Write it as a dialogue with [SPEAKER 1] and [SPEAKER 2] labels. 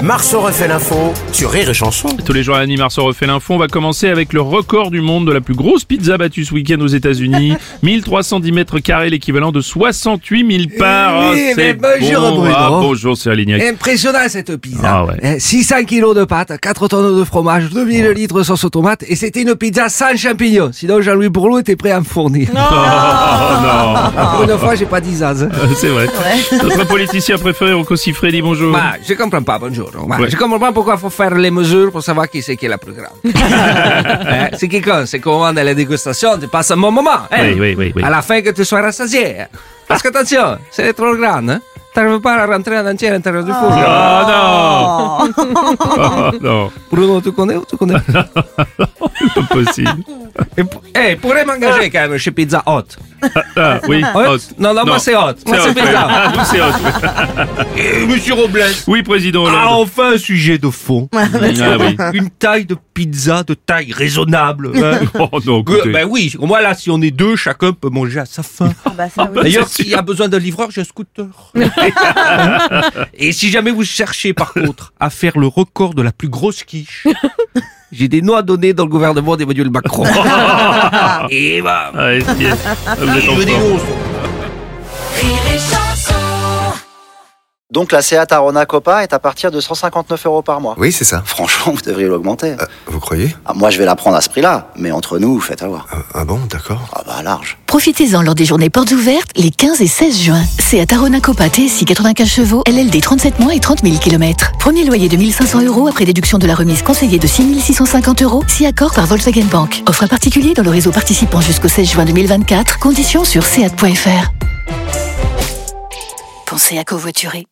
[SPEAKER 1] Marceau refait l'info sur Rire et Chanson.
[SPEAKER 2] Tous les jours à la nuit, Marceau refait l'info. On va commencer avec le record du monde de la plus grosse pizza battue ce week-end aux États-Unis. 1310 mètres carrés, l'équivalent de 68 000 parts.
[SPEAKER 3] Eh oui,
[SPEAKER 2] Ah,
[SPEAKER 3] mais
[SPEAKER 2] c'est
[SPEAKER 3] bonjour,
[SPEAKER 2] bon.
[SPEAKER 3] Bruno.
[SPEAKER 2] Ah, bonjour, c'est Alignac.
[SPEAKER 3] Impressionnant cette pizza.
[SPEAKER 2] Ah ouais.
[SPEAKER 3] Hein, 600 kilos de pâtes, 4 tonnes de fromage, 2000 litres de sauce tomate et c'était une pizza sans champignons. Sinon Jean-Louis Bourlot était prêt à me fournir. Pour une fois, j'ai pas 10 ans. hein.
[SPEAKER 2] Oh, C'est vrai. Notre politicien préféré, Rocco Siffré, dit bonjour.
[SPEAKER 3] Bah, je comprends pas, bonjour. Bah,
[SPEAKER 2] Ouais.
[SPEAKER 3] Je comprends pas pourquoi faut faire les mesures pour savoir qui c'est qui est la plus grande. Hein, ce qui compte, c'est qu'au moment de la dégustation, tu passes un bon moment. hein.
[SPEAKER 2] Oui, oui, oui, oui.
[SPEAKER 3] À la fin, que tu sois rassasié. Parce que attention, c'est trop grande. Hein. T'arrives pas à rentrer en entier à l'intérieur du four.
[SPEAKER 2] Ah non Oh non
[SPEAKER 3] Bruno, tu connais ou tu connais pas
[SPEAKER 2] Pas possible.
[SPEAKER 3] Et pour- Eh, pourrait m'engager quand même chez Pizza Hot.
[SPEAKER 2] Ah oui,
[SPEAKER 3] Hot
[SPEAKER 2] hot.
[SPEAKER 3] Non, non, moi c'est Hot. Moi
[SPEAKER 2] Hot,
[SPEAKER 3] c'est
[SPEAKER 2] ouais.
[SPEAKER 3] Pizza Hot.
[SPEAKER 2] Ah, nous, c'est hot.
[SPEAKER 3] Monsieur Robles.
[SPEAKER 2] Oui, président Hollande.
[SPEAKER 3] Ah, enfin un sujet de fond.
[SPEAKER 2] Ah oui.
[SPEAKER 3] Une taille de pizza de taille raisonnable. hein.
[SPEAKER 2] Oh non,
[SPEAKER 3] Que-
[SPEAKER 2] écoutez.
[SPEAKER 3] ben oui, au moins là, si on est deux, chacun peut manger à sa faim.
[SPEAKER 2] Ah,
[SPEAKER 3] D'ailleurs, s'il y a besoin d'un livreur, j'ai un scooter. Et si jamais vous cherchez, par contre, à faire le record de la plus grosse quiche, j'ai des noix données dans le gouvernement d'Emmanuel Macron. Et bah,
[SPEAKER 2] Ah, est-ce qu'il y a- Ah, vous êtes en forme.
[SPEAKER 4] Donc la Seat Arona Copa est à partir de 159 euros par mois.
[SPEAKER 5] Oui, c'est ça.
[SPEAKER 4] Franchement, vous devriez l'augmenter.
[SPEAKER 5] Vous croyez
[SPEAKER 4] Ah, moi, je vais la prendre à ce prix-là, mais entre nous, faites avoir.
[SPEAKER 5] Ah, Ah bon, d'accord.
[SPEAKER 4] Ah bah large.
[SPEAKER 6] Profitez-en lors des journées portes ouvertes les 15 et 16 juin. C'est à Tarona Copa TSI 95 chevaux, LLD 37 mois et 30 000 km. Premier loyer de 1500 euros après déduction de la remise conseillée de 6 650 euros, si accord par Volkswagen Bank. Offre à particulier dans le réseau participant jusqu'au 16 juin 2024. Conditions sur seat.fr. Pensez à covoiturer.